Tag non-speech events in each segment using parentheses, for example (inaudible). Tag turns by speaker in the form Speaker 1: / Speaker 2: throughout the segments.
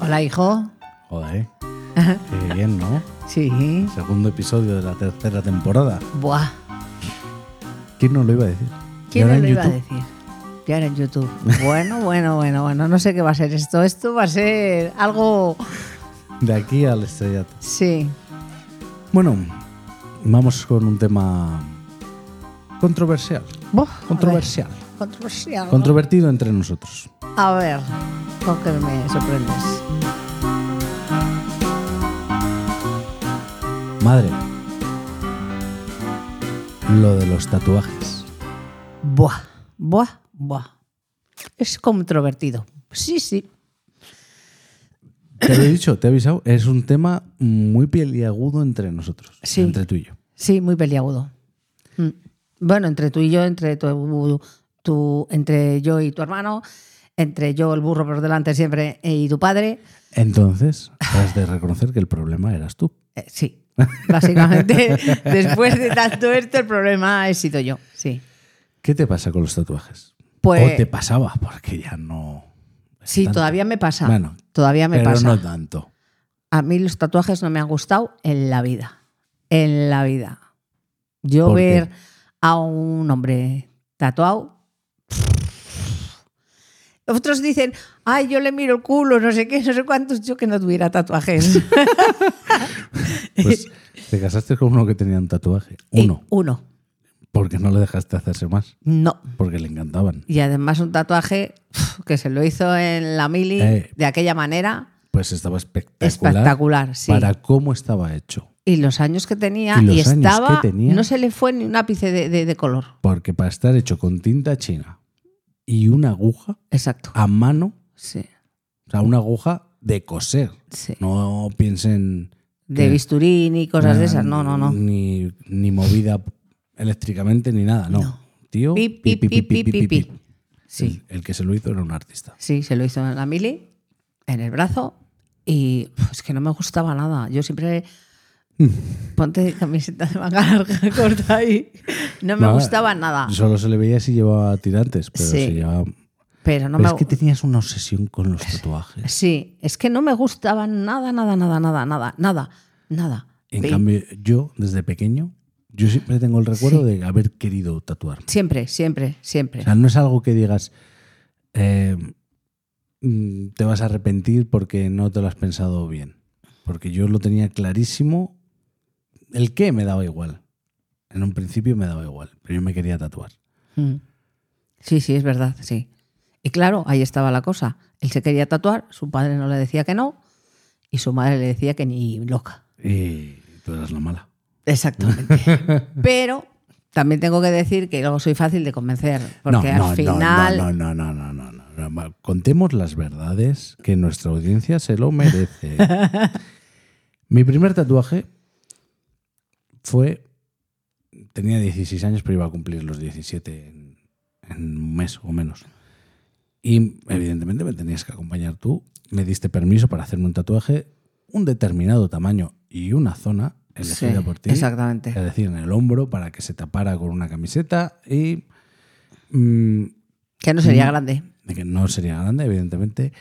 Speaker 1: Hola, hijo.
Speaker 2: Joder, ¿eh? qué bien, ¿no?
Speaker 1: Sí.
Speaker 2: Segundo episodio de la tercera temporada.
Speaker 1: Buah.
Speaker 2: ¿Quién no lo iba a decir?
Speaker 1: ¿Quién
Speaker 2: Y ahora
Speaker 1: no lo
Speaker 2: en
Speaker 1: iba a
Speaker 2: YouTube.
Speaker 1: decir? Ya era en YouTube. Bueno, (laughs) bueno, bueno, bueno. No sé qué va a ser esto. Esto va a ser algo.
Speaker 2: De aquí al estrellato.
Speaker 1: Sí.
Speaker 2: Bueno, vamos con un tema controversial.
Speaker 1: Buah, a ver.
Speaker 2: Controversial.
Speaker 1: Controversial.
Speaker 2: Controvertido entre nosotros.
Speaker 1: a ver, con que me sorprendes.
Speaker 2: Madre, lo de los tatuajes.
Speaker 1: Buah, buah, buah. Es controvertido. Sí, sí.
Speaker 2: Te lo he dicho, te he avisado, es un tema muy peliagudo entre nosotros.
Speaker 1: Sí.
Speaker 2: Entre tú y yo.
Speaker 1: Sí, muy peliagudo. Mm. Bueno, entre tú y yo, entre tu, tu- entre yo y tu hermano, entre yo el burro por delante siempre y tu padre.
Speaker 2: Entonces, has de reconocer que el problema eras tú.
Speaker 1: Eh, sí, (laughs) básicamente después de tanto esto el problema he sido yo. Sí.
Speaker 2: ¿Qué te pasa con los tatuajes?
Speaker 1: Pues-
Speaker 2: o te pasaba, porque ya no. es
Speaker 1: Sí,
Speaker 2: tanto.
Speaker 1: todavía me pasa.
Speaker 2: Bueno,
Speaker 1: todavía me
Speaker 2: pero
Speaker 1: pasa.
Speaker 2: no tanto.
Speaker 1: A mí los tatuajes no me han gustado en la vida. En la vida. Yo
Speaker 2: ¿Por qué?
Speaker 1: ver a un hombre tatuado. Otros dicen, ay, yo le miro el culo, no sé qué, no sé cuántos, yo que no tuviera tatuajes.
Speaker 2: Pues te casaste con uno que tenía un
Speaker 1: (laughs)
Speaker 2: tatuaje.
Speaker 1: Y
Speaker 2: (laughs) Uno.
Speaker 1: uno.
Speaker 2: Porque no le dejaste hacerse más.
Speaker 1: No.
Speaker 2: Porque le encantaban.
Speaker 1: Y además un tatuaje que se lo hizo en la mili
Speaker 2: Eh.
Speaker 1: de aquella manera.
Speaker 2: Pues estaba espectacular.
Speaker 1: Espectacular, sí.
Speaker 2: Para cómo estaba hecho.
Speaker 1: Y los años que tenía
Speaker 2: Y
Speaker 1: y,
Speaker 2: los años que
Speaker 1: estaba,
Speaker 2: tenía.
Speaker 1: no se le fue ni un ápice de- de- de color.
Speaker 2: Porque para estar hecho con tinta china y una aguja
Speaker 1: Exacto.
Speaker 2: a mano,
Speaker 1: Sí,
Speaker 2: o sea, una aguja de coser.
Speaker 1: sí.
Speaker 2: No piensen.
Speaker 1: de
Speaker 2: que-
Speaker 1: bisturín y cosas de esas. No, no,
Speaker 2: Mm,
Speaker 1: no.
Speaker 2: Ni, ni movida eléctricamente ni nada, no.
Speaker 1: No.
Speaker 2: Tío.
Speaker 1: Pi, pi, pi, pi, pi, pi. Sí,
Speaker 2: El, el que se lo hizo era un artista.
Speaker 1: sí, se lo hizo en la mili, en el brazo, y pf, es que no me gustaba nada.
Speaker 2: (laughs)
Speaker 1: Yo siempre. Ponte camiseta de manga larga, (laughs) corta ahí. No me
Speaker 2: Nada,
Speaker 1: gustaba nada.
Speaker 2: Solo se le veía si llevaba tirantes, pero
Speaker 1: Sí.
Speaker 2: si llevaba.
Speaker 1: Pero no
Speaker 2: Pero
Speaker 1: me.
Speaker 2: es que tenías una obsesión con los tatuajes.
Speaker 1: Sí, es que no me gustaba nada, nada, nada, nada, nada, nada, nada.
Speaker 2: En
Speaker 1: Ve-
Speaker 2: cambio, yo, desde pequeño, yo siempre tengo el recuerdo de haber querido tatuarme.
Speaker 1: Siempre, siempre, siempre.
Speaker 2: O sea, no es algo que digas. eh, mm, te vas a arrepentir porque no te lo has pensado bien. Porque yo lo tenía clarísimo. El qué me daba igual. En un principio me daba igual, pero yo me quería tatuar.
Speaker 1: Mm. Sí, sí, es verdad, sí. Y claro, ahí estaba la cosa. Él se quería tatuar, su padre no le decía que no y su madre le decía que ni loca.
Speaker 2: Y tú eras la mala.
Speaker 1: Exactamente. (laughs) Pero también tengo que decir que luego soy fácil de convencer, porque
Speaker 2: no,
Speaker 1: al
Speaker 2: no,
Speaker 1: final...
Speaker 2: No, no, no, no, no, no, no, no. Contemos las verdades que nuestra audiencia se lo
Speaker 1: (laughs)
Speaker 2: merece. Mi primer tatuaje fue. Tenía 16 años, pero iba a cumplir los 17 en, en un mes o menos. Y evidentemente me tenías que acompañar tú. Me diste permiso para hacerme un tatuaje, un determinado tamaño y una zona
Speaker 1: Sí,
Speaker 2: elegida por ti. eh,
Speaker 1: exactamente.
Speaker 2: Es decir, en el hombro para que se tapara con una camiseta y mm,
Speaker 1: Que no sería grande.
Speaker 2: de que no sería grande, evidentemente.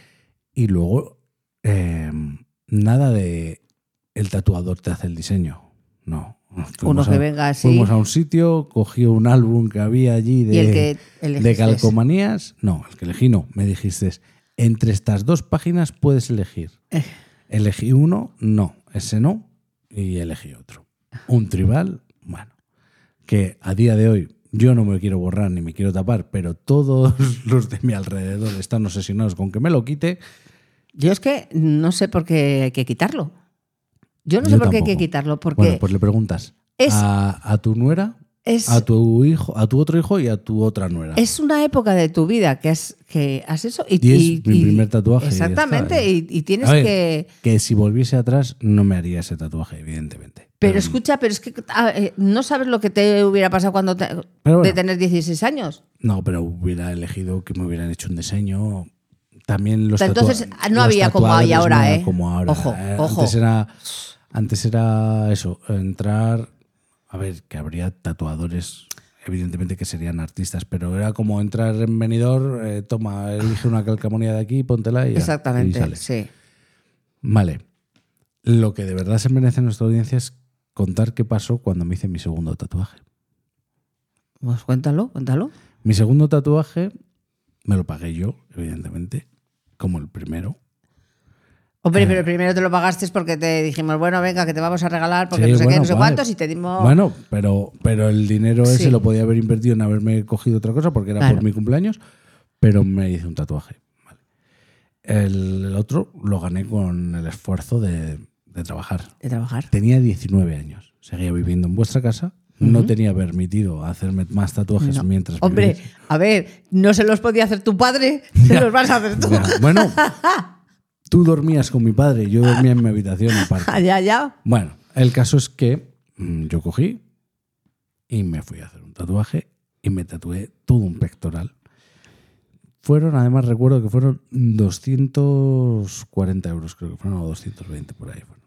Speaker 2: Y luego, eh, nada de el tatuador te hace el diseño. No. Fuimos
Speaker 1: Uno que
Speaker 2: a-
Speaker 1: venga así
Speaker 2: Fuimos a un sitio, cogí un álbum que había allí de,
Speaker 1: y el que
Speaker 2: de
Speaker 1: elegiste.
Speaker 2: calcomanías. No, el que elegí no. Me dijiste, entre estas dos páginas puedes elegir.
Speaker 1: Eh.
Speaker 2: Elegí uno, no, ese no, y elegí otro. Un tribal, bueno, que a día de hoy yo no me quiero borrar ni me quiero tapar, pero todos (laughs) los de mi alrededor están obsesionados con que me lo quite.
Speaker 1: Yo es que no sé por qué hay que quitarlo. Yo no
Speaker 2: Yo
Speaker 1: sé por qué hay que
Speaker 2: tampoco.
Speaker 1: quitarlo, porque
Speaker 2: Bueno, pues le preguntas
Speaker 1: Es-
Speaker 2: a, a tu nuera,
Speaker 1: es...
Speaker 2: a tu hijo, a tu otro hijo y a tu otra nuera.
Speaker 1: Es una época de tu vida que has, que has eso. Y,
Speaker 2: Y es mi primer tatuaje, y ya está,
Speaker 1: Exactamente,
Speaker 2: y-
Speaker 1: y, y tienes
Speaker 2: A ver,
Speaker 1: que...
Speaker 2: Que si volviese atrás no me haría ese tatuaje, evidentemente.
Speaker 1: Pero escucha, pero es que ah, eh, no sabes lo que te hubiera pasado cuando te-
Speaker 2: Pero
Speaker 1: de
Speaker 2: bueno.
Speaker 1: tener 16 años.
Speaker 2: No, pero hubiera elegido que me hubieran hecho un diseño. También los
Speaker 1: Entonces,
Speaker 2: tatua-
Speaker 1: no
Speaker 2: los
Speaker 1: había como hay
Speaker 2: tatuadores
Speaker 1: ahora,
Speaker 2: no era
Speaker 1: ¿eh?
Speaker 2: como ahora.
Speaker 1: Ojo,
Speaker 2: Eh,
Speaker 1: ojo.
Speaker 2: Antes era, antes era eso, entrar. A ver, que habría tatuadores, evidentemente que serían artistas, pero era como entrar eh, en venidor, toma, elige una calcamonía de aquí, póntela y, ya, y
Speaker 1: Exactamente,
Speaker 2: sales.
Speaker 1: sí.
Speaker 2: Vale. Lo que de verdad se merece nuestra audiencia es contar qué pasó cuando me hice mi segundo tatuaje.
Speaker 1: Pues cuéntalo, cuéntalo.
Speaker 2: Mi segundo tatuaje me lo pagué yo, evidentemente, como el primero. Eh.
Speaker 1: Hombre, pero primero te lo pagaste porque te dijimos, bueno, venga, que te vamos a regalar, porque
Speaker 2: Sí,
Speaker 1: no sé qué,
Speaker 2: bueno,
Speaker 1: no sé
Speaker 2: vale.
Speaker 1: cuántos, y te dimos.
Speaker 2: Bueno, pero, pero el dinero
Speaker 1: Sí.
Speaker 2: ese lo podía haber invertido en haberme cogido otra cosa porque era
Speaker 1: Claro.
Speaker 2: por mi cumpleaños, pero me hice un tatuaje. Vale. El, el otro lo gané con el esfuerzo de, de trabajar.
Speaker 1: de trabajar.
Speaker 2: Tenía 19 años, seguía viviendo en vuestra casa, no tenía permitido hacerme más tatuajes
Speaker 1: No.
Speaker 2: mientras
Speaker 1: Hombre,
Speaker 2: viviese.
Speaker 1: a ver, no se los podía hacer tu padre, se los vas a hacer tú.
Speaker 2: Ya, Bueno, tú dormías con mi padre, yo dormía en mi habitación aparte.
Speaker 1: Ah, (laughs) ya, ya.
Speaker 2: Bueno, el caso es que mm, yo cogí y me fui a hacer un tatuaje y me tatué todo un pectoral. Fueron, además recuerdo que fueron 240 euros, creo que fueron, o 220 por ahí. fueron.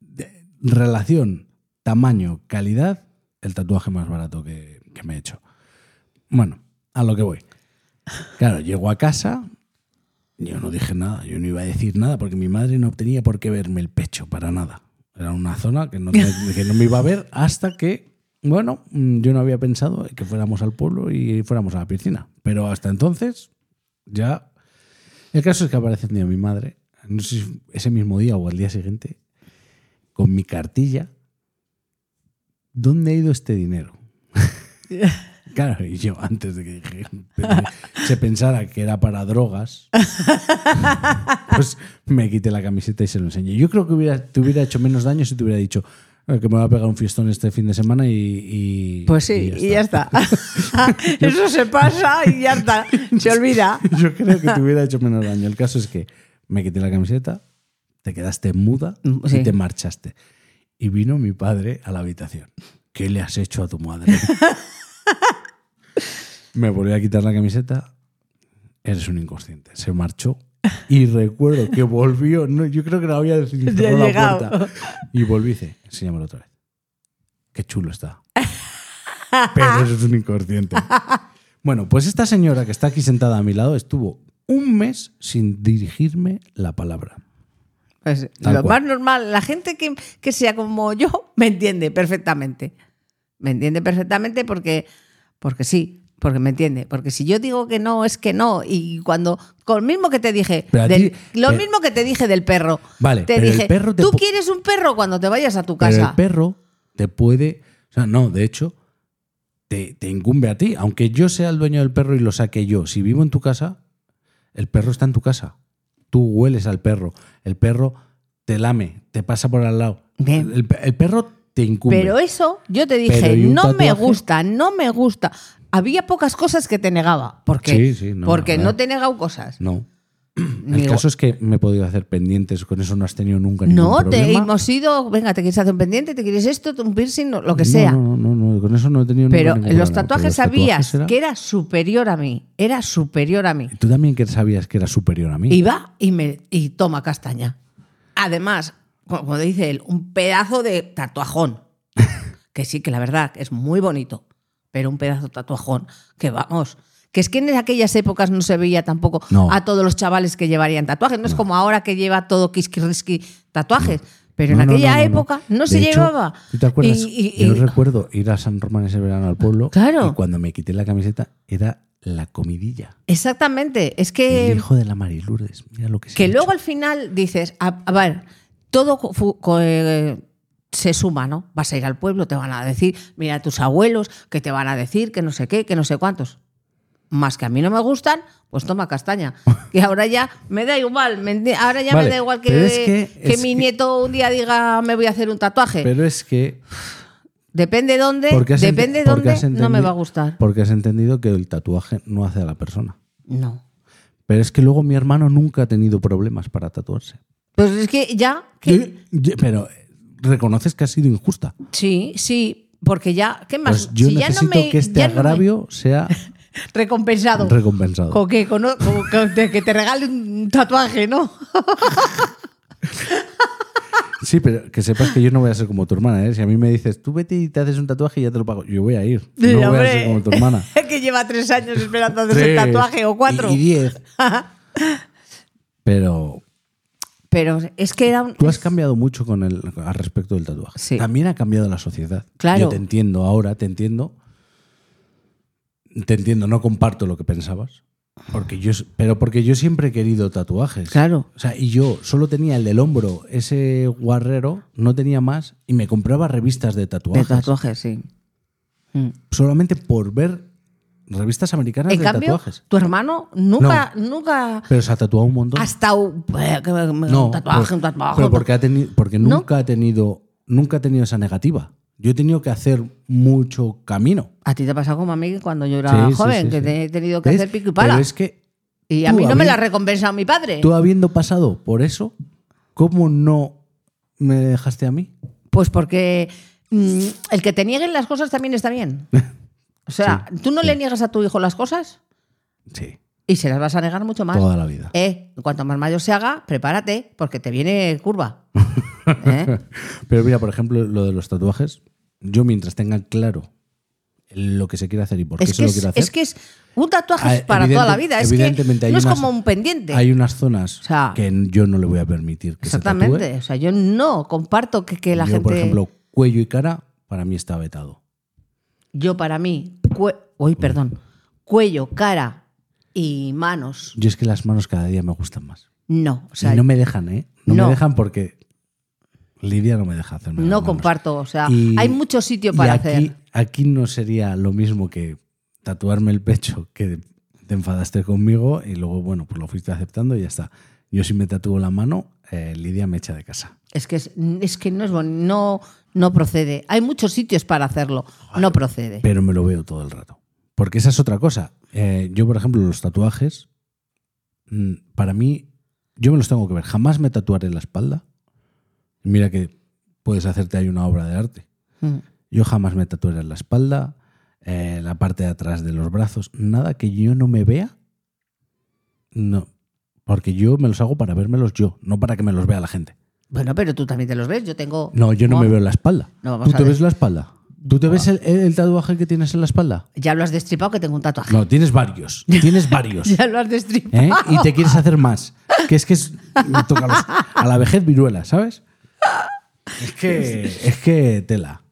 Speaker 2: De- relación, tamaño, calidad, el tatuaje más barato que, que me he hecho. Bueno, a lo que voy. Claro, llego a casa, yo no dije nada, yo no iba a decir nada porque mi madre no tenía por qué verme el pecho para nada. Era una zona que no, te- que no me iba a ver hasta que, bueno, mm, yo no había pensado que fuéramos al pueblo y fuéramos a la piscina. Pero hasta entonces, ya. El caso es que aparece un día mi madre, no sé si ese mismo día o al día siguiente, con mi cartilla. ¿Dónde ha ido este
Speaker 1: (laughs)
Speaker 2: dinero? Claro, y yo antes de que dije- se pensara que era para drogas,
Speaker 1: (laughs)
Speaker 2: pues me quité la camiseta y se lo enseñé. Yo creo que hubiera, te hubiera hecho menos daño si te hubiera dicho "Eh, que me va a pegar un fiestón este fin de semana y... y-
Speaker 1: Pues sí, y ya está. (laughs) Eso se pasa y ya está.
Speaker 2: (laughs)
Speaker 1: Se olvida.
Speaker 2: Yo creo que te hubiera hecho menos daño. El caso es que me quité la camiseta, te quedaste muda
Speaker 1: Mm, sí.
Speaker 2: y te marchaste. Y vino mi padre a la habitación. ¿Qué le has hecho a tu madre? me volví a quitar la camiseta. Eres un inconsciente. Se marchó. Y (laughs) recuerdo que volvió. No, yo creo que no había
Speaker 1: Ya
Speaker 2: cerrado
Speaker 1: ha
Speaker 2: la
Speaker 1: llegado.
Speaker 2: puerta. Y volví y dice, enséñamelo otra vez. Qué chulo
Speaker 1: (laughs)
Speaker 2: está. Pero eres un inconsciente. Bueno, pues esta señora que está aquí sentada a mi lado estuvo un mes sin dirigirme la palabra.
Speaker 1: Pues
Speaker 2: Tal
Speaker 1: lo
Speaker 2: cual.
Speaker 1: más normal, la gente que, que sea como yo (laughs) me entiende perfectamente. Me entiende perfectamente porque, porque sí, porque me entiende. Porque si yo digo que no, es que no. Y cuando, con lo mismo que te dije,
Speaker 2: Pero a
Speaker 1: del-
Speaker 2: ti-
Speaker 1: lo
Speaker 2: pero-
Speaker 1: mismo que te dije del perro.
Speaker 2: Vale,
Speaker 1: te
Speaker 2: pero el
Speaker 1: dije,
Speaker 2: perro te
Speaker 1: tú
Speaker 2: pu-
Speaker 1: quieres un perro cuando te vayas a tu
Speaker 2: Pero
Speaker 1: casa.
Speaker 2: el perro te puede. O sea, no, de hecho, te, te incumbe a ti. Aunque yo sea el dueño del perro y lo saque yo, si vivo en tu casa, el perro está en tu casa. Tú hueles al perro. El perro te lame, te pasa por al lado.
Speaker 1: Bien.
Speaker 2: El, el perro te incumbe.
Speaker 1: Pero eso yo te
Speaker 2: Pero
Speaker 1: dije,
Speaker 2: ¿y un
Speaker 1: no me
Speaker 2: tatuaje?
Speaker 1: gusta, no me gusta. Había pocas cosas que te negaba. Porque,
Speaker 2: Sí, sí, no,
Speaker 1: porque
Speaker 2: la
Speaker 1: no
Speaker 2: verdad.
Speaker 1: te he negado cosas.
Speaker 2: No. El
Speaker 1: Ni-
Speaker 2: caso es que me he podido hacer pendientes, con eso no has tenido nunca ningún
Speaker 1: No,
Speaker 2: problema.
Speaker 1: te hemos ido, venga, te quieres hacer un pendiente, te quieres esto, un piercing, lo que
Speaker 2: No,
Speaker 1: sea.
Speaker 2: No, no, no, no, con eso no he tenido
Speaker 1: pero
Speaker 2: nunca ningún
Speaker 1: los
Speaker 2: problema,
Speaker 1: tatuajes
Speaker 2: pero los
Speaker 1: sabías
Speaker 2: era-
Speaker 1: que era superior a mí, era superior a mí.
Speaker 2: Tú también que sabías que era superior a mí.
Speaker 1: Iba y me y toma castaña. Además, co- como dice él, un pedazo
Speaker 2: (laughs)
Speaker 1: de tatuajón. que sí, que la verdad es muy bonito, pero un pedazo de tatuajón que vamos. Que es que en aquellas épocas no se veía tampoco
Speaker 2: No.
Speaker 1: a todos los chavales que llevarían tatuajes. No, es como ahora que lleva todo kiskiriski tatuajes. Pero
Speaker 2: No,
Speaker 1: en
Speaker 2: no,
Speaker 1: aquella
Speaker 2: no, no, no.
Speaker 1: época no,
Speaker 2: De
Speaker 1: se
Speaker 2: hecho,
Speaker 1: llevaba.
Speaker 2: ¿Tú te acuerdas?
Speaker 1: Y- y-
Speaker 2: Yo
Speaker 1: y-
Speaker 2: recuerdo ir a San Román ese verano al pueblo.
Speaker 1: Claro.
Speaker 2: Y cuando me quité la camiseta era la comidilla.
Speaker 1: Exactamente. Es que.
Speaker 2: El hijo de la Marilurdes. Mira lo que se
Speaker 1: Eh, Que
Speaker 2: ha
Speaker 1: luego
Speaker 2: hecho.
Speaker 1: al final dices, a, a ver, todo fu- co- eh, se suma, ¿no? Vas a ir al pueblo, te van a decir, mira a tus abuelos, que te van a decir, que no sé qué, que no sé cuántos. Más que a mí no me gustan, pues
Speaker 2: (laughs)
Speaker 1: toma castaña. Que ahora ya me da igual, me enti- ahora ya
Speaker 2: Vale,
Speaker 1: me da igual
Speaker 2: pero
Speaker 1: que,
Speaker 2: es que-
Speaker 1: que
Speaker 2: es
Speaker 1: mi
Speaker 2: que-
Speaker 1: nieto un día diga me voy a hacer un tatuaje.
Speaker 2: Pero es que.
Speaker 1: depende dónde,
Speaker 2: Porque has ente-
Speaker 1: depende
Speaker 2: porque
Speaker 1: dónde
Speaker 2: has
Speaker 1: no me
Speaker 2: entendi-
Speaker 1: va a gustar.
Speaker 2: Porque has entendido que el tatuaje no hace a la persona.
Speaker 1: No.
Speaker 2: Pero es que luego mi hermano nunca ha tenido problemas para tatuarse.
Speaker 1: Pues es que ya... que-
Speaker 2: Yo- yo- pero eh, reconoces que ha sido injusta.
Speaker 1: Sí, sí, porque ya... ¿Qué más?
Speaker 2: Pues yo
Speaker 1: Si ya no
Speaker 2: necesito
Speaker 1: me-
Speaker 2: que este
Speaker 1: ya no me-
Speaker 2: agravio
Speaker 1: (laughs)
Speaker 2: sea
Speaker 1: Recompensado.
Speaker 2: recompensado.
Speaker 1: ¿Con qué? Con, o- con- con- de que te regale un tatuaje, ¿no? (laughs)
Speaker 2: Sí, pero que sepas que yo no voy a ser como tu hermana, ¿eh? Si a mí me dices, tú vete y te haces un tatuaje y ya te lo pago, yo voy a ir. No
Speaker 1: Sí,
Speaker 2: voy
Speaker 1: hombre.
Speaker 2: a ser como tu
Speaker 1: (laughs)
Speaker 2: hermana.
Speaker 1: que lleva tres años esperando hacerse un (laughs)
Speaker 2: Tres
Speaker 1: tatuaje o cuatro.
Speaker 2: Y, y diez. pero,
Speaker 1: Pero es que era un.
Speaker 2: Tú has cambiado mucho con el, al respecto del tatuaje.
Speaker 1: Sí.
Speaker 2: También ha cambiado la sociedad.
Speaker 1: Claro.
Speaker 2: Yo te entiendo ahora, te entiendo. Te entiendo, no comparto lo que pensabas. Porque yo, s- pero porque yo siempre he querido tatuajes.
Speaker 1: Claro.
Speaker 2: O sea, y yo solo tenía el del hombro, ese guerrero, no tenía más, y me compraba revistas de
Speaker 1: De
Speaker 2: tatuajes.
Speaker 1: tatuajes, sí. Mm.
Speaker 2: solamente por ver revistas americanas
Speaker 1: En
Speaker 2: de
Speaker 1: cambio,
Speaker 2: tatuajes.
Speaker 1: tu hermano nunca, nunca
Speaker 2: Pero se ha tatuado un montón.
Speaker 1: ha estado. eh, que me- me- un tatuaje,
Speaker 2: pero-
Speaker 1: un tatuaje.
Speaker 2: Pero
Speaker 1: un
Speaker 2: porque, ha tenido, porque
Speaker 1: ¿No?
Speaker 2: nunca ha tenido nunca ha tenido esa negativa. Yo he tenido que hacer mucho camino.
Speaker 1: A ti te ha pasado como a mí cuando yo era
Speaker 2: Sí, sí,
Speaker 1: joven,
Speaker 2: sí,
Speaker 1: que
Speaker 2: sí.
Speaker 1: te he tenido que
Speaker 2: ¿Ves?
Speaker 1: hacer pico y pala.
Speaker 2: Pero es que
Speaker 1: y a
Speaker 2: tú,
Speaker 1: mí no
Speaker 2: a
Speaker 1: me
Speaker 2: mí-
Speaker 1: la ha recompensado mi padre.
Speaker 2: tú habiendo pasado por eso, ¿cómo no me dejaste a mí?
Speaker 1: Pues porque mm, el que te nieguen las cosas también
Speaker 2: (laughs)
Speaker 1: está bien. O sea, tú no le niegas a tu hijo las cosas
Speaker 2: Sí,
Speaker 1: y se las vas a negar mucho más.
Speaker 2: toda la vida.
Speaker 1: Eh, cuanto más mayor se haga, prepárate, porque te viene
Speaker 2: (laughs)
Speaker 1: curva. ¿Eh?
Speaker 2: Pero mira, por ejemplo, lo de los tatuajes, yo mientras tenga claro lo que se quiere hacer y por qué
Speaker 1: Es,
Speaker 2: se
Speaker 1: que
Speaker 2: lo
Speaker 1: es,
Speaker 2: quiere hacer.
Speaker 1: es que es un tatuaje es
Speaker 2: Ah,
Speaker 1: para toda la
Speaker 2: evidente-
Speaker 1: vida. Es
Speaker 2: evidentemente
Speaker 1: que
Speaker 2: hay
Speaker 1: no es
Speaker 2: unas-
Speaker 1: como un pendiente.
Speaker 2: Hay unas zonas
Speaker 1: O sea,
Speaker 2: que yo no le voy a permitir que se tatúe.
Speaker 1: Exactamente. O sea, yo no comparto que, que la
Speaker 2: yo,
Speaker 1: gente.
Speaker 2: por ejemplo, cuello y cara, para mí está vetado.
Speaker 1: yo para mí, cue-
Speaker 2: Mm.
Speaker 1: uy, perdón, cuello, cara y manos.
Speaker 2: Yo es que las manos cada día me gustan más.
Speaker 1: No. O sea,
Speaker 2: y no me dejan, ¿eh? No,
Speaker 1: no.
Speaker 2: me dejan porque Lidia no me deja hacerme las
Speaker 1: No
Speaker 2: manos.
Speaker 1: comparto, o sea,
Speaker 2: Y-
Speaker 1: hay mucho sitio
Speaker 2: Y
Speaker 1: para
Speaker 2: aquí,
Speaker 1: hacer.
Speaker 2: aquí no sería lo mismo que tatuarme el pecho, que te enfadaste conmigo y luego, bueno, pues lo fuiste aceptando y ya está. Yo si me tatúo la mano, eh, Lidia me echa de casa.
Speaker 1: Es que, es, es que no es bon- no, no procede. Hay muchos sitios para hacerlo, no procede.
Speaker 2: pero me lo veo todo el rato. Porque esa es otra cosa. Eh, yo, por ejemplo, los tatuajes, mm, para mí, yo me los tengo que ver. Jamás me tatuaré en la espalda. Mira que puedes hacerte ahí una obra de arte.
Speaker 1: Mm.
Speaker 2: Yo jamás me tatuaré en la espalda, eh, la parte de atrás de los brazos. Nada que yo no me vea. No. Porque yo me los hago para vérmelos yo, no para que me los vea la gente.
Speaker 1: Bueno, pero tú también te los ves. Yo tengo.
Speaker 2: No, yo no
Speaker 1: Vamos.
Speaker 2: me veo la espalda.
Speaker 1: No, vamos
Speaker 2: ¿Tú
Speaker 1: a
Speaker 2: te
Speaker 1: ver.
Speaker 2: ves la espalda? ¿Tú te ves el- el tatuaje que tienes en la espalda?
Speaker 1: Ya lo has destripado que tengo un tatuaje.
Speaker 2: No, tienes
Speaker 1: (laughs)
Speaker 2: varios. Tienes varios.
Speaker 1: Ya lo has destripado.
Speaker 2: ¿eh? Y te quieres hacer más. Que es que es, me toca los- a la vejez viruela, ¿sabes? Es que, es que tela.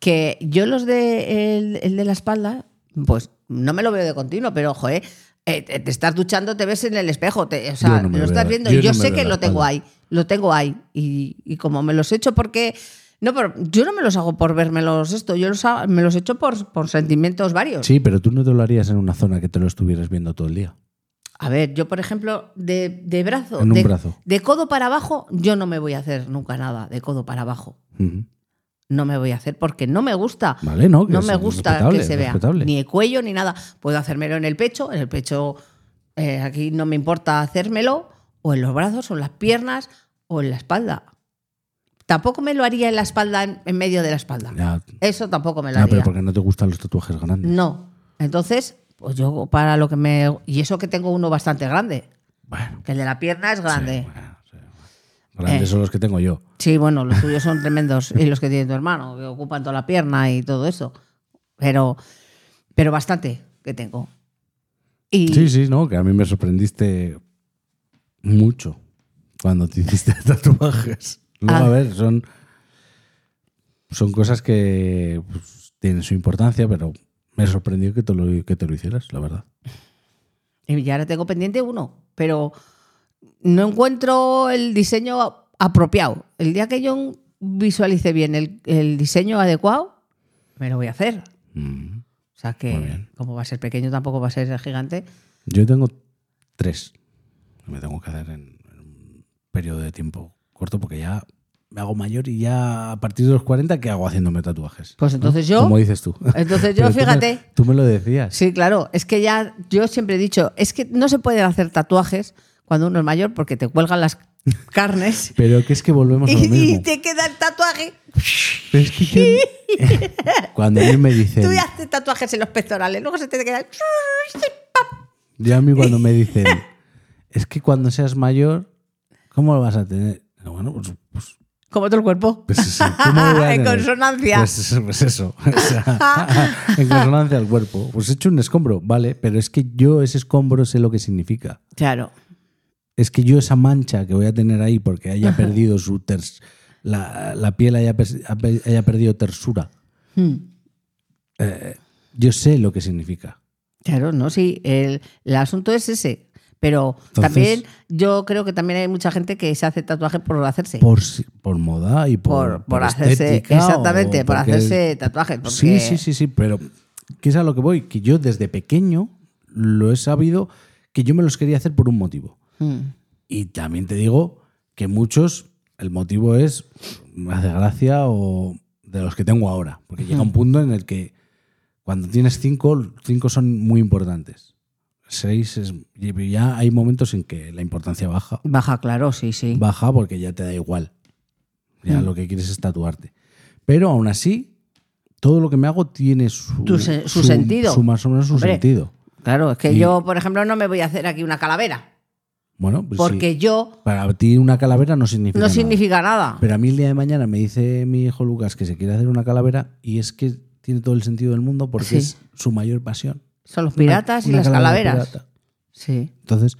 Speaker 1: Que yo los de el, el de la espalda, pues no me lo veo de continuo, pero joder, eh, te, te estás duchando, te ves en el espejo, te- o sea,
Speaker 2: Yo no me
Speaker 1: lo estás
Speaker 2: veo-
Speaker 1: viendo
Speaker 2: yo
Speaker 1: y yo
Speaker 2: no me
Speaker 1: sé
Speaker 2: veo
Speaker 1: que
Speaker 2: la
Speaker 1: lo tengo
Speaker 2: espalda.
Speaker 1: ahí, lo tengo ahí. Y, y como me los he hecho porque. No, pero yo no me los hago por vermelos esto, yo los ha- me los he hecho por, por sentimientos varios.
Speaker 2: Sí, pero tú no te lo harías en una zona que te lo estuvieras viendo todo el día.
Speaker 1: A ver, yo por ejemplo, de, de brazo,
Speaker 2: En un
Speaker 1: de,
Speaker 2: brazo.
Speaker 1: de codo para abajo, yo no me voy a hacer nunca nada de codo para abajo.
Speaker 2: Ujú.
Speaker 1: No me voy a hacer porque no me gusta.
Speaker 2: Vale, ¿no? Que
Speaker 1: no
Speaker 2: es
Speaker 1: me gusta
Speaker 2: respetable,
Speaker 1: que se vea
Speaker 2: respetable.
Speaker 1: ni el cuello ni nada. Puedo hacérmelo en el pecho, en el pecho eh, aquí no me importa hacérmelo, o en los brazos, o en las piernas, o en la espalda. Tampoco me lo haría en la espalda, en, en medio de la Mm. espalda.
Speaker 2: Ya,
Speaker 1: Eso tampoco me lo
Speaker 2: ya,
Speaker 1: haría.
Speaker 2: pero porque no te gustan los tatuajes grandes.
Speaker 1: No. Entonces, pues yo para lo que me. Y eso que tengo uno bastante grande,
Speaker 2: Bueno,
Speaker 1: que el de la pierna es grande.
Speaker 2: bueno, sí, bueno.
Speaker 1: Eh.
Speaker 2: Grandes son los que tengo yo.
Speaker 1: Sí, bueno, los tuyos son tremendos y los que tiene tu hermano, que ocupan toda la pierna y todo eso. Pero, pero bastante que tengo. Y
Speaker 2: Sí, sí, no, que a mí me sorprendiste mucho cuando te hiciste (laughs) tatuajes. Luego,
Speaker 1: Ah.
Speaker 2: a ver, son, son cosas que pues, tienen su importancia, pero me sorprendió que te, lo, que te lo hicieras, la verdad.
Speaker 1: Y ahora tengo pendiente uno, pero no encuentro el diseño a- apropiado. El día que yo visualice bien el, el diseño adecuado, me lo voy a hacer.
Speaker 2: Mm.
Speaker 1: O sea
Speaker 2: Muy
Speaker 1: que,
Speaker 2: bien.
Speaker 1: como va a ser pequeño, tampoco va a ser gigante.
Speaker 2: Yo tengo tres que me tengo que hacer en, en un periodo de tiempo corto porque ya me hago mayor y ya a partir de los 40, ¿qué hago haciéndome tatuajes?
Speaker 1: Pues entonces yo-
Speaker 2: Como dices tú. (laughs)
Speaker 1: entonces (laughs) yo,
Speaker 2: Pero tú me-
Speaker 1: fíjate.
Speaker 2: Tú me lo decías.
Speaker 1: Sí, claro, es que ya yo siempre he dicho, es que no se pueden hacer tatuajes cuando uno es mayor porque te cuelgan las (laughs) carnes
Speaker 2: Pero que es que volvemos a lo
Speaker 1: (laughs) y,
Speaker 2: mismo.
Speaker 1: y te queda el tatuaje.
Speaker 2: Pero es que yo- (laughs) cuando a mí me dicen,
Speaker 1: Tú ya haces tatuajes en los pectorales, luego se te queda el-
Speaker 2: yo a mí cuando me dicen, es que cuando seas mayor, ¿cómo lo vas a tener? Digo, Bueno, pues, pues,
Speaker 1: como todo el cuerpo.
Speaker 2: pues
Speaker 1: (laughs)
Speaker 2: eso, ¿cómo lo voy a
Speaker 1: En
Speaker 2: tener?
Speaker 1: consonancia.
Speaker 2: Pues, eso, pues eso, (laughs) o
Speaker 1: (laughs)
Speaker 2: sea, en consonancia al cuerpo. Pues he hecho un escombro, vale, pero es que yo ese escombro sé lo que significa.
Speaker 1: Claro.
Speaker 2: es que yo esa mancha que voy a tener ahí porque haya perdido su ters- la, la piel haya, pers- haya perdido tersura,
Speaker 1: Mm.
Speaker 2: eh, yo sé lo que significa.
Speaker 1: Claro, no, sí, el, el asunto es ese. Pero
Speaker 2: Entonces-
Speaker 1: también yo creo que también hay mucha gente que se hace tatuaje por hacerse.
Speaker 2: Por, si- por moda y por,
Speaker 1: por, por hacerse
Speaker 2: estética o
Speaker 1: exactamente por
Speaker 2: porque-
Speaker 1: hacerse tatuajes porque
Speaker 2: Sí, sí, sí, sí, pero que es a lo que voy, que yo desde pequeño lo he sabido que yo me los quería hacer por un motivo.
Speaker 1: Mm,
Speaker 2: Y también te digo que muchos, el motivo es, me hace gracia, o de los que tengo ahora. Porque llega un punto en el que cuando tienes cinco, cinco son muy importantes. Seis es, y ya hay momentos en que la importancia baja.
Speaker 1: baja claro sí sí
Speaker 2: Baja porque ya te da igual. Ya
Speaker 1: Mm.
Speaker 2: lo que quieres es tatuarte. Pero aún así, todo lo que me hago tiene su,
Speaker 1: Tu se- su sentido.
Speaker 2: su- más o menos su
Speaker 1: Hombre.
Speaker 2: sentido.
Speaker 1: claro es que
Speaker 2: Y-
Speaker 1: yo por ejemplo no me voy a hacer aquí una calavera
Speaker 2: Bueno, pues sí.
Speaker 1: porque yo
Speaker 2: para ti una calavera no significa
Speaker 1: no
Speaker 2: nada.
Speaker 1: significa nada
Speaker 2: Pero a mí el día de mañana me dice mi hijo Lucas que se quiere hacer una calavera y es que tiene todo el sentido del mundo porque
Speaker 1: Sí.
Speaker 2: es su mayor pasión.
Speaker 1: son los piratas
Speaker 2: Una
Speaker 1: y las
Speaker 2: calavera
Speaker 1: calaveras
Speaker 2: pirata.
Speaker 1: sí
Speaker 2: Entonces,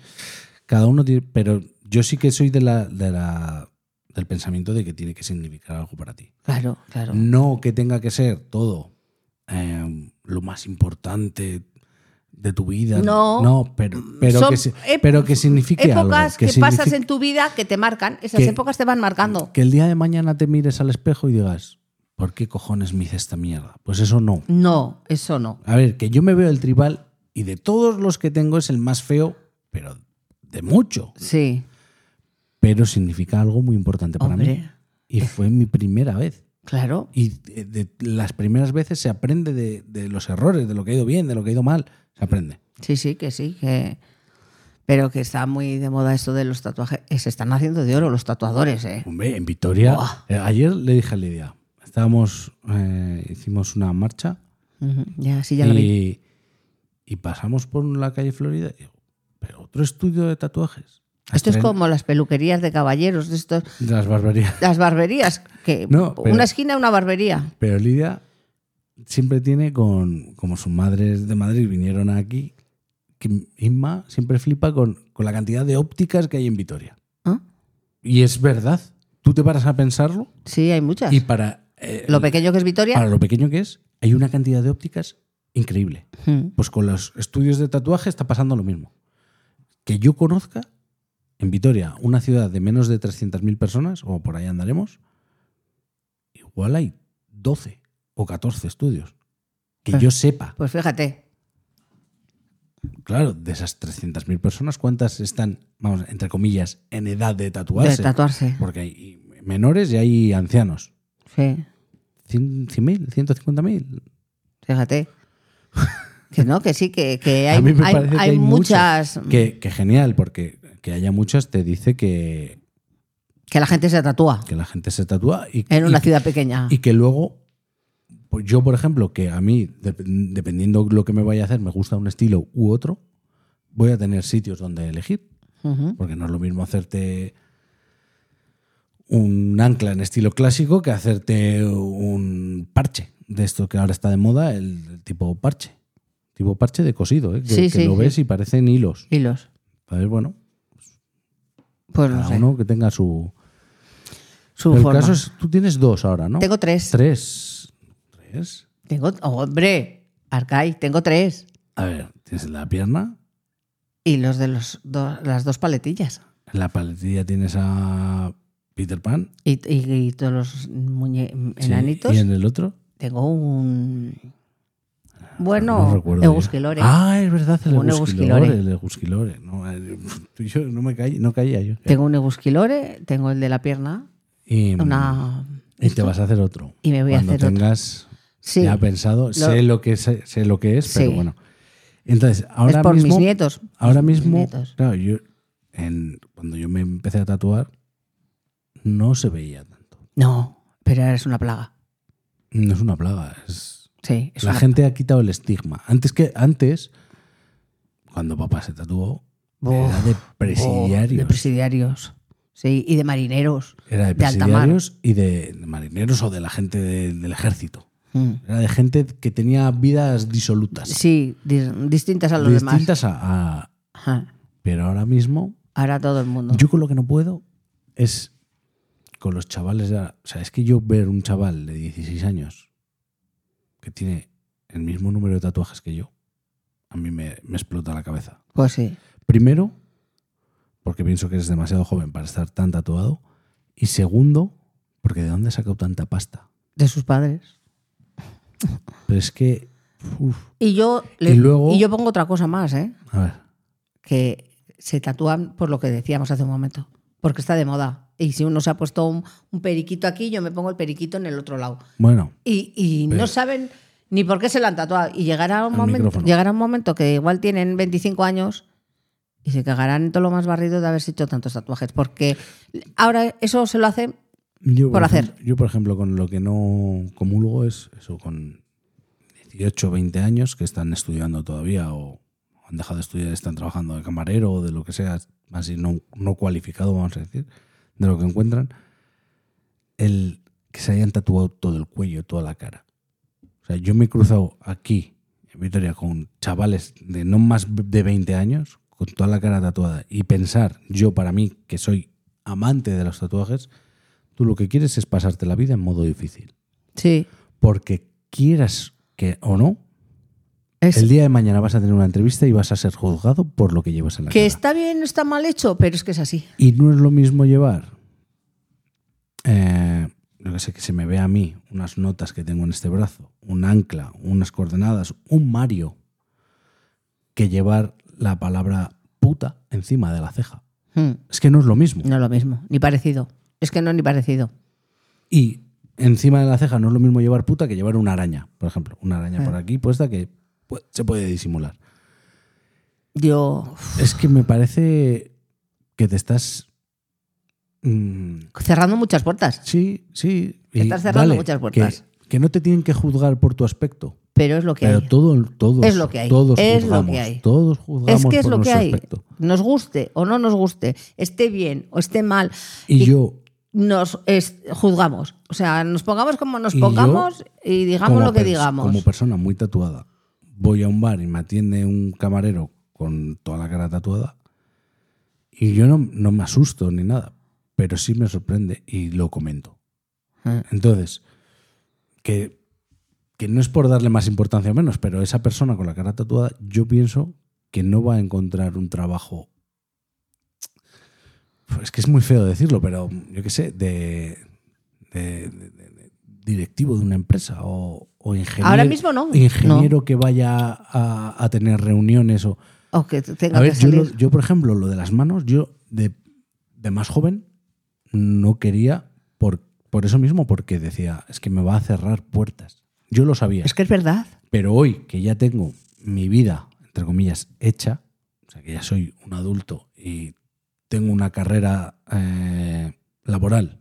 Speaker 2: cada uno tiene... Pero yo sí que soy de la, de la- del pensamiento de que tiene que significar algo para ti.
Speaker 1: claro claro
Speaker 2: No que tenga que ser todo eh, lo más importante de tu vida.
Speaker 1: No.
Speaker 2: pero, pero,
Speaker 1: Son
Speaker 2: que, si-
Speaker 1: ep-
Speaker 2: pero que signifique algo.
Speaker 1: épocas que, pasas
Speaker 2: signifique-
Speaker 1: en tu vida que te marcan esas
Speaker 2: que-
Speaker 1: épocas te van marcando
Speaker 2: Que el día de mañana te mires al espejo y digas, ¿por qué cojones me hice esta mierda? Pues eso no.
Speaker 1: no eso no
Speaker 2: A ver, que yo me veo el tribal y de todos los que tengo es el más feo, pero de mucho.
Speaker 1: sí
Speaker 2: Pero significa algo muy importante para mí.
Speaker 1: hombre
Speaker 2: Y fue mi primera vez.
Speaker 1: claro
Speaker 2: Y de, de las primeras veces se aprende de, de los errores, de lo que ha ido bien, de lo que ha ido mal. Se aprende.
Speaker 1: sí sí que sí que pero que está muy de moda esto de los tatuajes Eh, se están haciendo de oro los tatuadores eh
Speaker 2: Hombre, en Vitoria.
Speaker 1: Buah.
Speaker 2: eh, ayer le dije a Lidia, estábamos, eh, hicimos una marcha
Speaker 1: Ujú, ya sí ya lo vi
Speaker 2: y, y pasamos por la calle Florida y digo, pero otro estudio de tatuajes.
Speaker 1: Esto es
Speaker 2: Estren-
Speaker 1: como las peluquerías de caballeros, de estos,
Speaker 2: de Las barbaridades.
Speaker 1: las barberías, que
Speaker 2: No, pero-
Speaker 1: una esquina, una barbería.
Speaker 2: Pero Lidia siempre tiene con, como sus madres de Madrid vinieron aquí, que Inma siempre flipa con, con la cantidad de ópticas que hay en Vitoria.
Speaker 1: ¿Ah?
Speaker 2: Y es verdad. Tú te paras a pensarlo
Speaker 1: Sí, hay muchas.
Speaker 2: y para, eh,
Speaker 1: lo pequeño que es Vitoria.
Speaker 2: para lo pequeño que es, hay una cantidad de ópticas increíble.
Speaker 1: Mm,
Speaker 2: Pues con los estudios de tatuaje está pasando lo mismo. Que yo conozca, en Vitoria, una ciudad de menos de 300.000 personas, o por ahí andaremos, igual hay 12 o 14 estudios. Que
Speaker 1: Ah.
Speaker 2: yo sepa,
Speaker 1: Pues fíjate,
Speaker 2: claro, de esas 300.000 personas, ¿cuántas están, vamos, entre comillas, en edad de
Speaker 1: de
Speaker 2: tatuarse?
Speaker 1: tatuarse.
Speaker 2: Porque hay menores y hay ancianos.
Speaker 1: Sí,
Speaker 2: 100, 100.000, 150.000.
Speaker 1: fíjate. que no, que sí, que, que
Speaker 2: (laughs)
Speaker 1: hay,
Speaker 2: A mí me
Speaker 1: hay-
Speaker 2: parece que
Speaker 1: hay
Speaker 2: hay
Speaker 1: muchas.
Speaker 2: Que, que genial, porque que haya muchas te dice que,
Speaker 1: Que la gente se tatúa
Speaker 2: que la gente se tatúa y
Speaker 1: en una
Speaker 2: y-
Speaker 1: ciudad pequeña.
Speaker 2: Y que luego, pues yo, por ejemplo, que a mí, dep- dependiendo lo que me vaya a hacer, me gusta un estilo u otro, voy a tener sitios donde elegir.
Speaker 1: Ujú.
Speaker 2: Porque no es lo mismo hacerte un ancla en estilo clásico que hacerte un parche de esto que ahora está de moda, el, el tipo parche. Tipo parche de cosido, ¿eh? que,
Speaker 1: Sí,
Speaker 2: que
Speaker 1: sí,
Speaker 2: lo
Speaker 1: sí.
Speaker 2: ves y parecen hilos.
Speaker 1: Hilos.
Speaker 2: A ver, bueno,
Speaker 1: Pues no
Speaker 2: cada
Speaker 1: sé.
Speaker 2: uno que tenga su.
Speaker 1: Su
Speaker 2: Pero el
Speaker 1: forma.
Speaker 2: caso es, tú tienes dos ahora, ¿no?
Speaker 1: Tengo tres.
Speaker 2: Tres. Tres.
Speaker 1: Tengo, hombre, Arcai, tengo tres.
Speaker 2: A ver, tienes la pierna,
Speaker 1: Y los de los dos- las dos paletillas.
Speaker 2: en la paletilla tienes a Peter Pan.
Speaker 1: Y, y- y todos los muñe-
Speaker 2: sí,
Speaker 1: enanitos.
Speaker 2: Y en el otro.
Speaker 1: Tengo un.
Speaker 2: No,
Speaker 1: Bueno,
Speaker 2: Ah, recuerdo. bien.
Speaker 1: Euskilore.
Speaker 2: Ah, es verdad, el
Speaker 1: Un
Speaker 2: Euskilore.
Speaker 1: Euskilore.
Speaker 2: El Euskilore. No, eh, tú y yo no me caí, no caía yo.
Speaker 1: Tengo un Euskilore, tengo el de la pierna.
Speaker 2: Y,
Speaker 1: Una.
Speaker 2: y te vas a hacer otro.
Speaker 1: Y me voy
Speaker 2: Mm.
Speaker 1: a
Speaker 2: Cuando
Speaker 1: hacer otro.
Speaker 2: tengas
Speaker 1: Sí,
Speaker 2: ya pensado, sé, lo que es, sé lo que es, pero
Speaker 1: Sí.
Speaker 2: bueno. Entonces, ahora
Speaker 1: es por
Speaker 2: mismo.
Speaker 1: mis nietos.
Speaker 2: Ahora
Speaker 1: Mis
Speaker 2: mismo,
Speaker 1: nietos.
Speaker 2: claro, yo, en- cuando yo me empecé a tatuar, no se veía tanto.
Speaker 1: No, pero ahora es una plaga.
Speaker 2: No es una plaga, es.
Speaker 1: Sí, es
Speaker 2: la
Speaker 1: una-
Speaker 2: gente ha quitado el estigma. Antes que antes, cuando papá se tatuó,
Speaker 1: Uf,
Speaker 2: era de
Speaker 1: oh,
Speaker 2: presidiarios.
Speaker 1: de presidiarios. Sí, y de marineros.
Speaker 2: era de
Speaker 1: de alta mar.
Speaker 2: presidiarios y de marineros o de la gente de- del ejército.
Speaker 1: Mm.
Speaker 2: Era de gente que tenía vidas disolutas.
Speaker 1: Sí, di- distintas a los
Speaker 2: distintas a, a-
Speaker 1: demás. Ajá.
Speaker 2: Pero ahora mismo
Speaker 1: Ahora todo el mundo.
Speaker 2: Yo con lo que no puedo es con los chavales. De, ahora. o sea, es que yo ver un chaval de 16 años que tiene el mismo número de tatuajes que yo, a mí me, me explota la cabeza.
Speaker 1: Pues sí.
Speaker 2: Primero, porque pienso que eres demasiado joven para estar tan tatuado. Y segundo, porque ¿de dónde ha sacado tanta pasta?
Speaker 1: De sus padres.
Speaker 2: Pero es que. uf,
Speaker 1: Y yo, le-
Speaker 2: Y luego-
Speaker 1: y yo pongo otra cosa más, ¿eh?
Speaker 2: a ver.
Speaker 1: que se tatúan por lo que decíamos hace un momento, porque está de moda. Y si uno se ha puesto un, un periquito aquí, yo me pongo el periquito en el otro lado.
Speaker 2: Bueno,
Speaker 1: Y, y no
Speaker 2: Pero-
Speaker 1: saben ni por qué se lo han tatuado. Y llegará un,
Speaker 2: Al
Speaker 1: momento,
Speaker 2: micrófono.
Speaker 1: llegará un momento que igual tienen 25 años y se cagarán en todo lo más barrido de haberse hecho tantos tatuajes, porque ahora eso se lo hacen
Speaker 2: yo.
Speaker 1: Por hacer.
Speaker 2: ejemplo- yo, por ejemplo, con lo que no comulgo es eso, con 18 o 20 años que están estudiando todavía o han dejado de estudiar, están trabajando de camarero o de lo que sea, así no, no cualificado, vamos a decir, de lo que encuentran, el que se hayan tatuado todo el cuello, toda la cara. O sea, yo me he cruzado aquí, en Vitoria, con chavales de no más de 20 años, con toda la cara tatuada, y pensar, yo para mí, que soy amante de los tatuajes, tú lo que quieres es pasarte la vida en modo difícil.
Speaker 1: Sí.
Speaker 2: Porque quieras que o no,
Speaker 1: Es
Speaker 2: el día de mañana vas a tener una entrevista y vas a ser juzgado por lo que llevas en la
Speaker 1: que
Speaker 2: cara.
Speaker 1: está bien, está mal hecho, pero es que es así.
Speaker 2: Y no es lo mismo llevar, eh, yo que sé, que se me ve a mí unas notas que tengo en este brazo, un ancla, unas coordenadas, un Mario, que llevar la palabra puta encima de la ceja.
Speaker 1: Mm,
Speaker 2: Es que no es lo mismo.
Speaker 1: No es lo mismo, ni parecido. Es que no es ni parecido.
Speaker 2: Y encima de la ceja no es lo mismo llevar puta que llevar una araña, por ejemplo. Una araña
Speaker 1: Eh.
Speaker 2: por aquí puesta que pu- se puede
Speaker 1: (laughs)
Speaker 2: disimular.
Speaker 1: Yo
Speaker 2: Es que me parece que te estás... mm,
Speaker 1: cerrando muchas puertas.
Speaker 2: Sí, sí. y
Speaker 1: Estás cerrando muchas puertas.
Speaker 2: Que, que no te tienen que juzgar por tu aspecto.
Speaker 1: pero es lo que
Speaker 2: Pero
Speaker 1: hay.
Speaker 2: todo, todos,
Speaker 1: Es lo que hay,
Speaker 2: todos
Speaker 1: es lo
Speaker 2: juzgamos.
Speaker 1: que hay.
Speaker 2: Todos juzgamos
Speaker 1: Es que es
Speaker 2: por
Speaker 1: lo que
Speaker 2: nuestro
Speaker 1: hay.
Speaker 2: aspecto.
Speaker 1: Nos guste o no nos guste, esté bien o esté mal,
Speaker 2: Y,
Speaker 1: Y-
Speaker 2: yo,
Speaker 1: nos es- juzgamos. O sea, nos pongamos como nos
Speaker 2: Y
Speaker 1: pongamos y digamos
Speaker 2: como
Speaker 1: lo que
Speaker 2: pers-
Speaker 1: digamos.
Speaker 2: como persona muy tatuada, voy a un bar y me atiende un camarero con toda la cara tatuada y yo no, no me asusto ni nada, pero sí me sorprende y lo comento.
Speaker 1: Ah.
Speaker 2: Entonces, que, que no es por darle más importancia o menos, pero esa persona con la cara tatuada, yo pienso que no va a encontrar un trabajo. Es que es muy feo decirlo, pero yo qué sé, de, de- de- de- de directivo de una empresa o, o ingeniero.
Speaker 1: Ahora mismo no,
Speaker 2: Ingeniero que vaya a, a tener reuniones o.
Speaker 1: O que tenga
Speaker 2: A ver,
Speaker 1: que
Speaker 2: yo,
Speaker 1: salir.
Speaker 2: lo- yo, por ejemplo, lo de las manos, yo de, de más joven no quería por, por eso mismo, porque decía, es que me va a cerrar puertas. Yo lo sabía.
Speaker 1: Es que es verdad.
Speaker 2: Pero hoy que ya tengo mi vida, entre comillas, hecha, o sea, que ya soy un adulto y tengo una carrera eh, laboral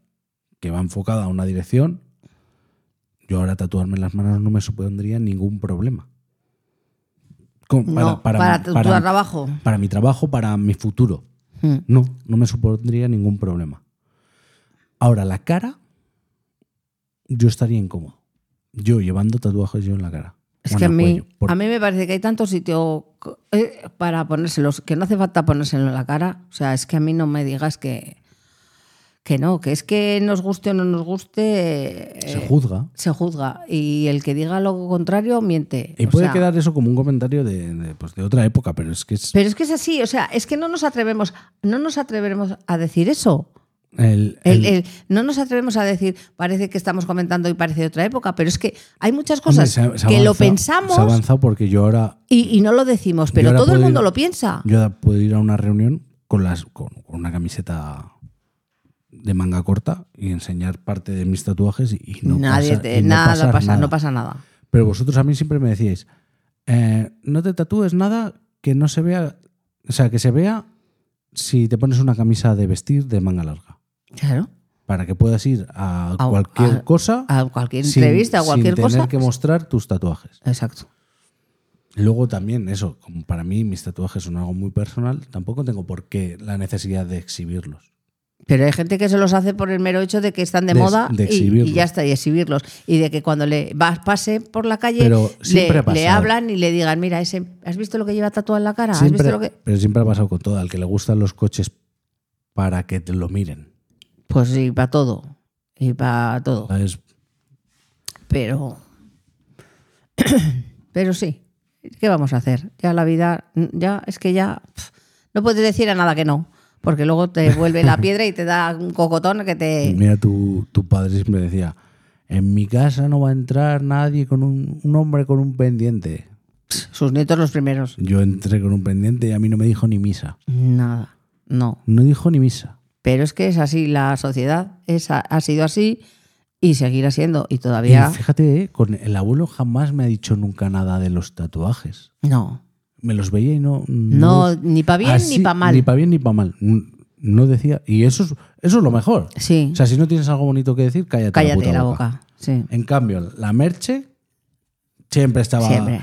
Speaker 2: que va enfocada a una dirección, yo ahora tatuarme en las manos no me supondría ningún problema. Con-
Speaker 1: no, para, tu, tu trabajo.
Speaker 2: para mi trabajo, para mi futuro.
Speaker 1: Mm.
Speaker 2: No, no me supondría ningún problema. Ahora, la cara, yo estaría incómodo. Yo llevando tatuajes yo en la cara.
Speaker 1: Es
Speaker 2: o en
Speaker 1: que a
Speaker 2: el
Speaker 1: mí,
Speaker 2: cuello, por-
Speaker 1: a mí me parece que hay tantos sitios eh, para ponérselos que no hace falta ponérselo en la cara. O sea, es que a mí no me digas que, que no, que es que nos guste o no nos guste. eh,
Speaker 2: se juzga.
Speaker 1: se juzga y el que diga lo contrario miente.
Speaker 2: Y
Speaker 1: eh, O
Speaker 2: puede
Speaker 1: sea,
Speaker 2: quedar eso como un comentario de, de, pues, de otra época, pero es que es
Speaker 1: Pero es que es así, o sea, es que no nos atrevemos, no nos atrevemos a decir eso.
Speaker 2: el- el-
Speaker 1: El- el- no nos atrevemos a decir, parece que estamos comentando y parece de otra época, pero es que hay muchas
Speaker 2: hombre,
Speaker 1: cosas
Speaker 2: se ha- se ha
Speaker 1: que lo
Speaker 2: avanzado- Se ha
Speaker 1: pensamos
Speaker 2: avanzado porque yo ahora,
Speaker 1: y, y no lo decimos, pero
Speaker 2: ahora
Speaker 1: todo el
Speaker 2: puedo
Speaker 1: mundo
Speaker 2: ir-
Speaker 1: lo piensa.
Speaker 2: yo ahora puedo ir a una reunión con, las, con, con una camiseta de manga corta y enseñar parte de mis tatuajes y, y no
Speaker 1: Nadie
Speaker 2: pasa,
Speaker 1: te-
Speaker 2: y no
Speaker 1: nada
Speaker 2: pasar
Speaker 1: pasa,
Speaker 2: nada.
Speaker 1: no pasa nada.
Speaker 2: Pero vosotros a mí siempre me decíais, eh, no te tatúes nada que no se vea, o sea, que se vea si te pones una camisa de vestir de manga larga,
Speaker 1: Claro.
Speaker 2: para que puedas ir a,
Speaker 1: A-
Speaker 2: cualquier
Speaker 1: a-
Speaker 2: cosa,
Speaker 1: A cualquier
Speaker 2: sin-
Speaker 1: entrevista, a
Speaker 2: sin
Speaker 1: cualquier
Speaker 2: tener
Speaker 1: cosa.
Speaker 2: que mostrar tus tatuajes.
Speaker 1: Exacto.
Speaker 2: Luego también eso, como para mí mis tatuajes son algo muy personal, tampoco tengo por qué la necesidad de exhibirlos.
Speaker 1: Pero hay gente que se los hace por el mero hecho de que están de,
Speaker 2: De-
Speaker 1: moda
Speaker 2: de
Speaker 1: y- y,
Speaker 2: exhibirlos.
Speaker 1: ya está, y exhibirlos. Y de que cuando le vas, pase por la calle,
Speaker 2: Pero siempre
Speaker 1: le,
Speaker 2: ha pasado.
Speaker 1: le hablan y le digan, mira, ese, Ah, ¿has visto lo que lleva tatuado en la cara? ¿Has
Speaker 2: Siempre-
Speaker 1: visto lo que...?
Speaker 2: Pero siempre ha pasado con todo. Al que le gustan los coches para que te lo miren.
Speaker 1: Pues sí, para todo. Y para todo.
Speaker 2: ¿sabes?
Speaker 1: Pero. (coughs) pero sí. ¿Qué vamos a hacer? Ya la vida. Ya, es que ya. pf, no puedes decir a nada que no. Porque luego te
Speaker 2: (laughs)
Speaker 1: vuelve la piedra y te da un cocotón que te.
Speaker 2: Mira, tu, tu padre siempre decía, en mi casa no va a entrar nadie con un, un hombre con un pendiente.
Speaker 1: Sus nietos los primeros.
Speaker 2: Yo entré con un pendiente y a mí no me dijo ni misa.
Speaker 1: Nada. No.
Speaker 2: No dijo ni misa.
Speaker 1: Pero es que es así, la sociedad es, a- ha sido así y seguirá siendo. Y
Speaker 2: Y
Speaker 1: todavía
Speaker 2: fíjate, eh, con el abuelo jamás me ha dicho nunca nada de los tatuajes.
Speaker 1: no.
Speaker 2: Me los veía y no...
Speaker 1: No, ni para bien
Speaker 2: así-
Speaker 1: ni para mal.
Speaker 2: Ni para bien ni para mal. Mm, No decía... Y eso es, eso es lo mejor.
Speaker 1: Sí,
Speaker 2: O sea, si no tienes algo bonito que decir, cállate,
Speaker 1: cállate
Speaker 2: la,
Speaker 1: la
Speaker 2: boca.
Speaker 1: boca. Sí,
Speaker 2: En cambio, la merche siempre estaba...
Speaker 1: siempre.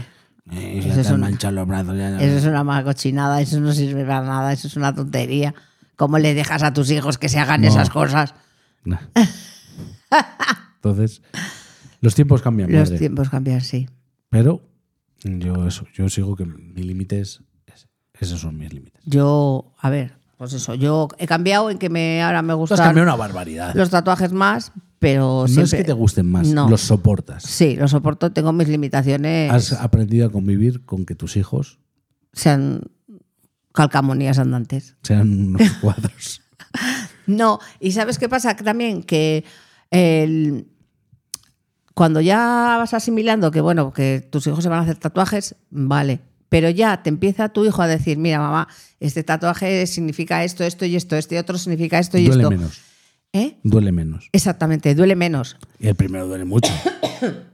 Speaker 2: Eh,
Speaker 1: Eso
Speaker 2: ya te
Speaker 1: es
Speaker 2: han
Speaker 1: un-
Speaker 2: manchado los brazos. ya-
Speaker 1: Eso es una mala cochinada, eso no sirve para nada, eso es una tontería. ¿Cómo le dejas a tus hijos que se hagan
Speaker 2: No.
Speaker 1: esas cosas? (laughs)
Speaker 2: Nah. Entonces, los tiempos cambian,
Speaker 1: Los
Speaker 2: madre.
Speaker 1: tiempos cambian, sí.
Speaker 2: Pero yo eso, yo sigo que mi límite es ese. esos son mis límites.
Speaker 1: Yo, a ver, pues eso, yo he cambiado en que me ahora me
Speaker 2: Tú has
Speaker 1: gustan
Speaker 2: cambiado una barbaridad.
Speaker 1: los tatuajes más, pero
Speaker 2: no es
Speaker 1: siempre
Speaker 2: que te gusten más,
Speaker 1: No.
Speaker 2: los soportas.
Speaker 1: Sí, lo soporto, tengo mis limitaciones.
Speaker 2: Has aprendido a convivir con que tus hijos
Speaker 1: sean calcamonías andantes.
Speaker 2: sean
Speaker 1: (laughs)
Speaker 2: unos cuadros.
Speaker 1: No, y ¿sabes qué pasa? Que También que el- cuando ya vas asimilando que, bueno, que tus hijos se van a hacer tatuajes, vale. Pero ya te empieza tu hijo a decir, mira, mamá, este tatuaje significa esto, esto y esto, este otro significa esto y
Speaker 2: duele
Speaker 1: esto.
Speaker 2: menos,
Speaker 1: ¿Eh?
Speaker 2: duele menos.
Speaker 1: Exactamente, duele menos.
Speaker 2: Y el primero duele mucho.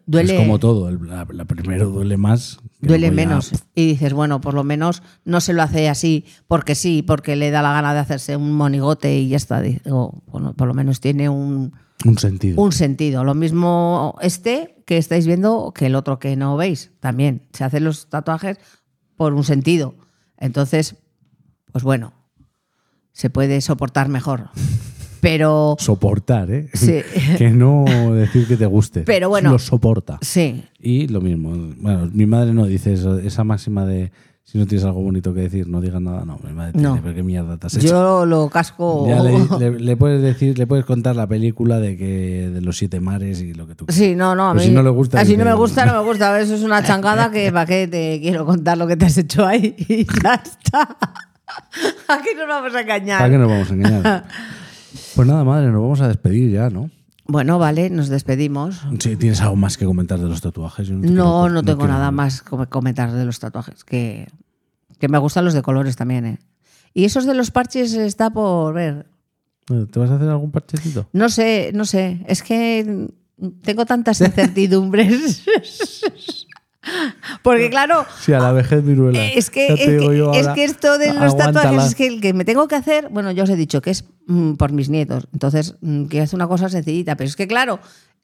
Speaker 1: Duele,
Speaker 2: Es como todo, el, la, la primero duele más. que
Speaker 1: duele
Speaker 2: luego ya-
Speaker 1: menos. Y dices, bueno, por lo menos no se lo hace así porque sí, porque le da la gana de hacerse un monigote y ya está. Digo, bueno, por lo menos tiene un,
Speaker 2: Un sentido.
Speaker 1: un sentido. Lo mismo este que estáis viendo que el otro que no veis. También se hacen los tatuajes por un sentido. Entonces, pues bueno, se puede
Speaker 2: (laughs)
Speaker 1: soportar mejor. Pero
Speaker 2: Soportar, ¿eh?
Speaker 1: Sí.
Speaker 2: (laughs) que no decir que te guste.
Speaker 1: Pero bueno.
Speaker 2: Lo soporta.
Speaker 1: sí,
Speaker 2: Y lo mismo, bueno, mi madre no dice eso, esa máxima de si no tienes algo bonito que decir, no digas nada. No, mi madre
Speaker 1: No.
Speaker 2: dice, pero qué mierda te has hecho.
Speaker 1: yo lo casco.
Speaker 2: Ya le, le- le puedes decir, le puedes contar la película de que de los siete mares y lo que tú
Speaker 1: (laughs)
Speaker 2: quieras.
Speaker 1: Sí, no, no.
Speaker 2: Pero
Speaker 1: A mí,
Speaker 2: Pues si no le gusta,
Speaker 1: ah, si
Speaker 2: dice,
Speaker 1: no me
Speaker 2: "No".
Speaker 1: gusta, no me gusta. Eso es una changada que para qué te quiero contar lo que te has hecho ahí. (laughs) Y ya está. Aquí nos vamos a
Speaker 2: ¿Para
Speaker 1: engañar.
Speaker 2: qué nos vamos a engañar? pues nada, madre, nos vamos a despedir ya, ¿no?
Speaker 1: Bueno, vale, nos despedimos.
Speaker 2: Si tienes algo más que comentar de los tatuajes. yo te quiero
Speaker 1: No,
Speaker 2: co-
Speaker 1: no tengo
Speaker 2: quiero-
Speaker 1: nada más que comentar de los tatuajes. Que, que me gustan los de colores también, ¿eh? Y esos de los parches está por ver.
Speaker 2: ¿Te vas a hacer algún parchecito?
Speaker 1: No sé, no sé. Es que tengo
Speaker 2: (laughs)
Speaker 1: tantas incertidumbres. (laughs) Porque claro,
Speaker 2: Sí, a la vejez viruela.
Speaker 1: Ah, es que,
Speaker 2: Ya
Speaker 1: es
Speaker 2: te digo
Speaker 1: que,
Speaker 2: yo
Speaker 1: es
Speaker 2: ahora,
Speaker 1: que esto de los tatuajes
Speaker 2: aguántala.
Speaker 1: es que el que me tengo que hacer, bueno, yo os he dicho que es mm, por mis nietos. Entonces, mm, que es una cosa sencillita. Pero es que, claro,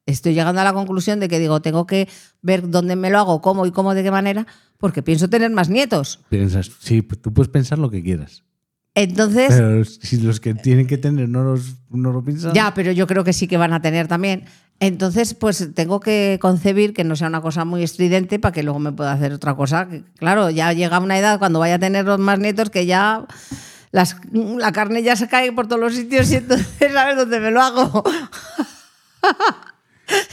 Speaker 1: estoy llegando a la conclusión de que digo, tengo que ver dónde me lo hago, cómo y cómo, de qué manera, porque pienso tener más nietos.
Speaker 2: Piensas, sí, pues tú puedes pensar lo que quieras.
Speaker 1: Entonces,
Speaker 2: Pero si los que tienen que tener no, los, no lo piensan.
Speaker 1: Ya, pero yo creo que sí que van a tener también. Entonces, pues tengo que concebir que no sea una cosa muy estridente para que luego me pueda hacer otra cosa. Que, Claro, ya llega una edad cuando vaya a tener los más nietos que ya las- la carne ya se cae por todos los sitios y entonces sabes dónde me lo hago.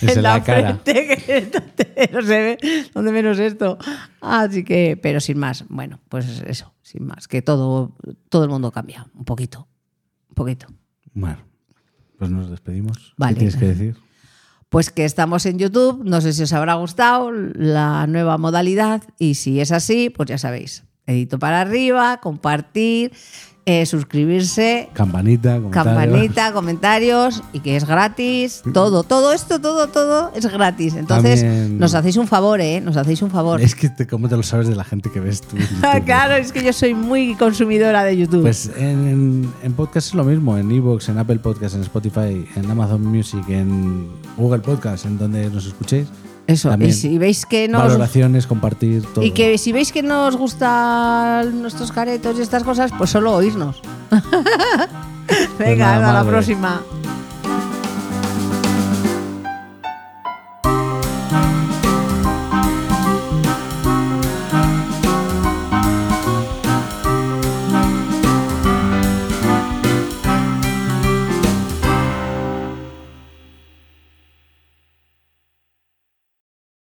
Speaker 2: es en la, cara.
Speaker 1: frente, que no se ve dónde menos esto. Así que, pero sin más, bueno, pues eso, sin más, que todo, todo el mundo cambia un poquito, un poquito.
Speaker 2: Bueno, pues nos despedimos.
Speaker 1: Vale.
Speaker 2: ¿Qué tienes que decir?
Speaker 1: Pues que estamos en YouTube, no sé si os habrá gustado la nueva modalidad y si es así, pues ya sabéis, dedito para arriba, compartir, eh, suscribirse,
Speaker 2: Campanita, comentario.
Speaker 1: campanita, comentarios y que es gratis, todo, todo esto, todo, todo es gratis. Entonces
Speaker 2: También-
Speaker 1: nos hacéis un favor, ¿eh? Nos hacéis un favor.
Speaker 2: Es que te, cómo te lo sabes de la gente que ves tú. en YouTube?
Speaker 1: (laughs) Ah, claro, es que yo soy muy consumidora de YouTube.
Speaker 2: Pues en, en- en podcast es lo mismo, en Evox, en Apple Podcast, en Spotify, en Amazon Music, en Google Podcast, en donde nos escuchéis.
Speaker 1: Eso, y
Speaker 2: también.
Speaker 1: si veis que no os
Speaker 2: Valoraciones, compartir, todo.
Speaker 1: Y que si veis que no os gustan (laughs) nuestros caretos y estas cosas, pues solo oírnos. Venga,
Speaker 2: nada,
Speaker 1: hasta la
Speaker 2: madre.
Speaker 1: próxima.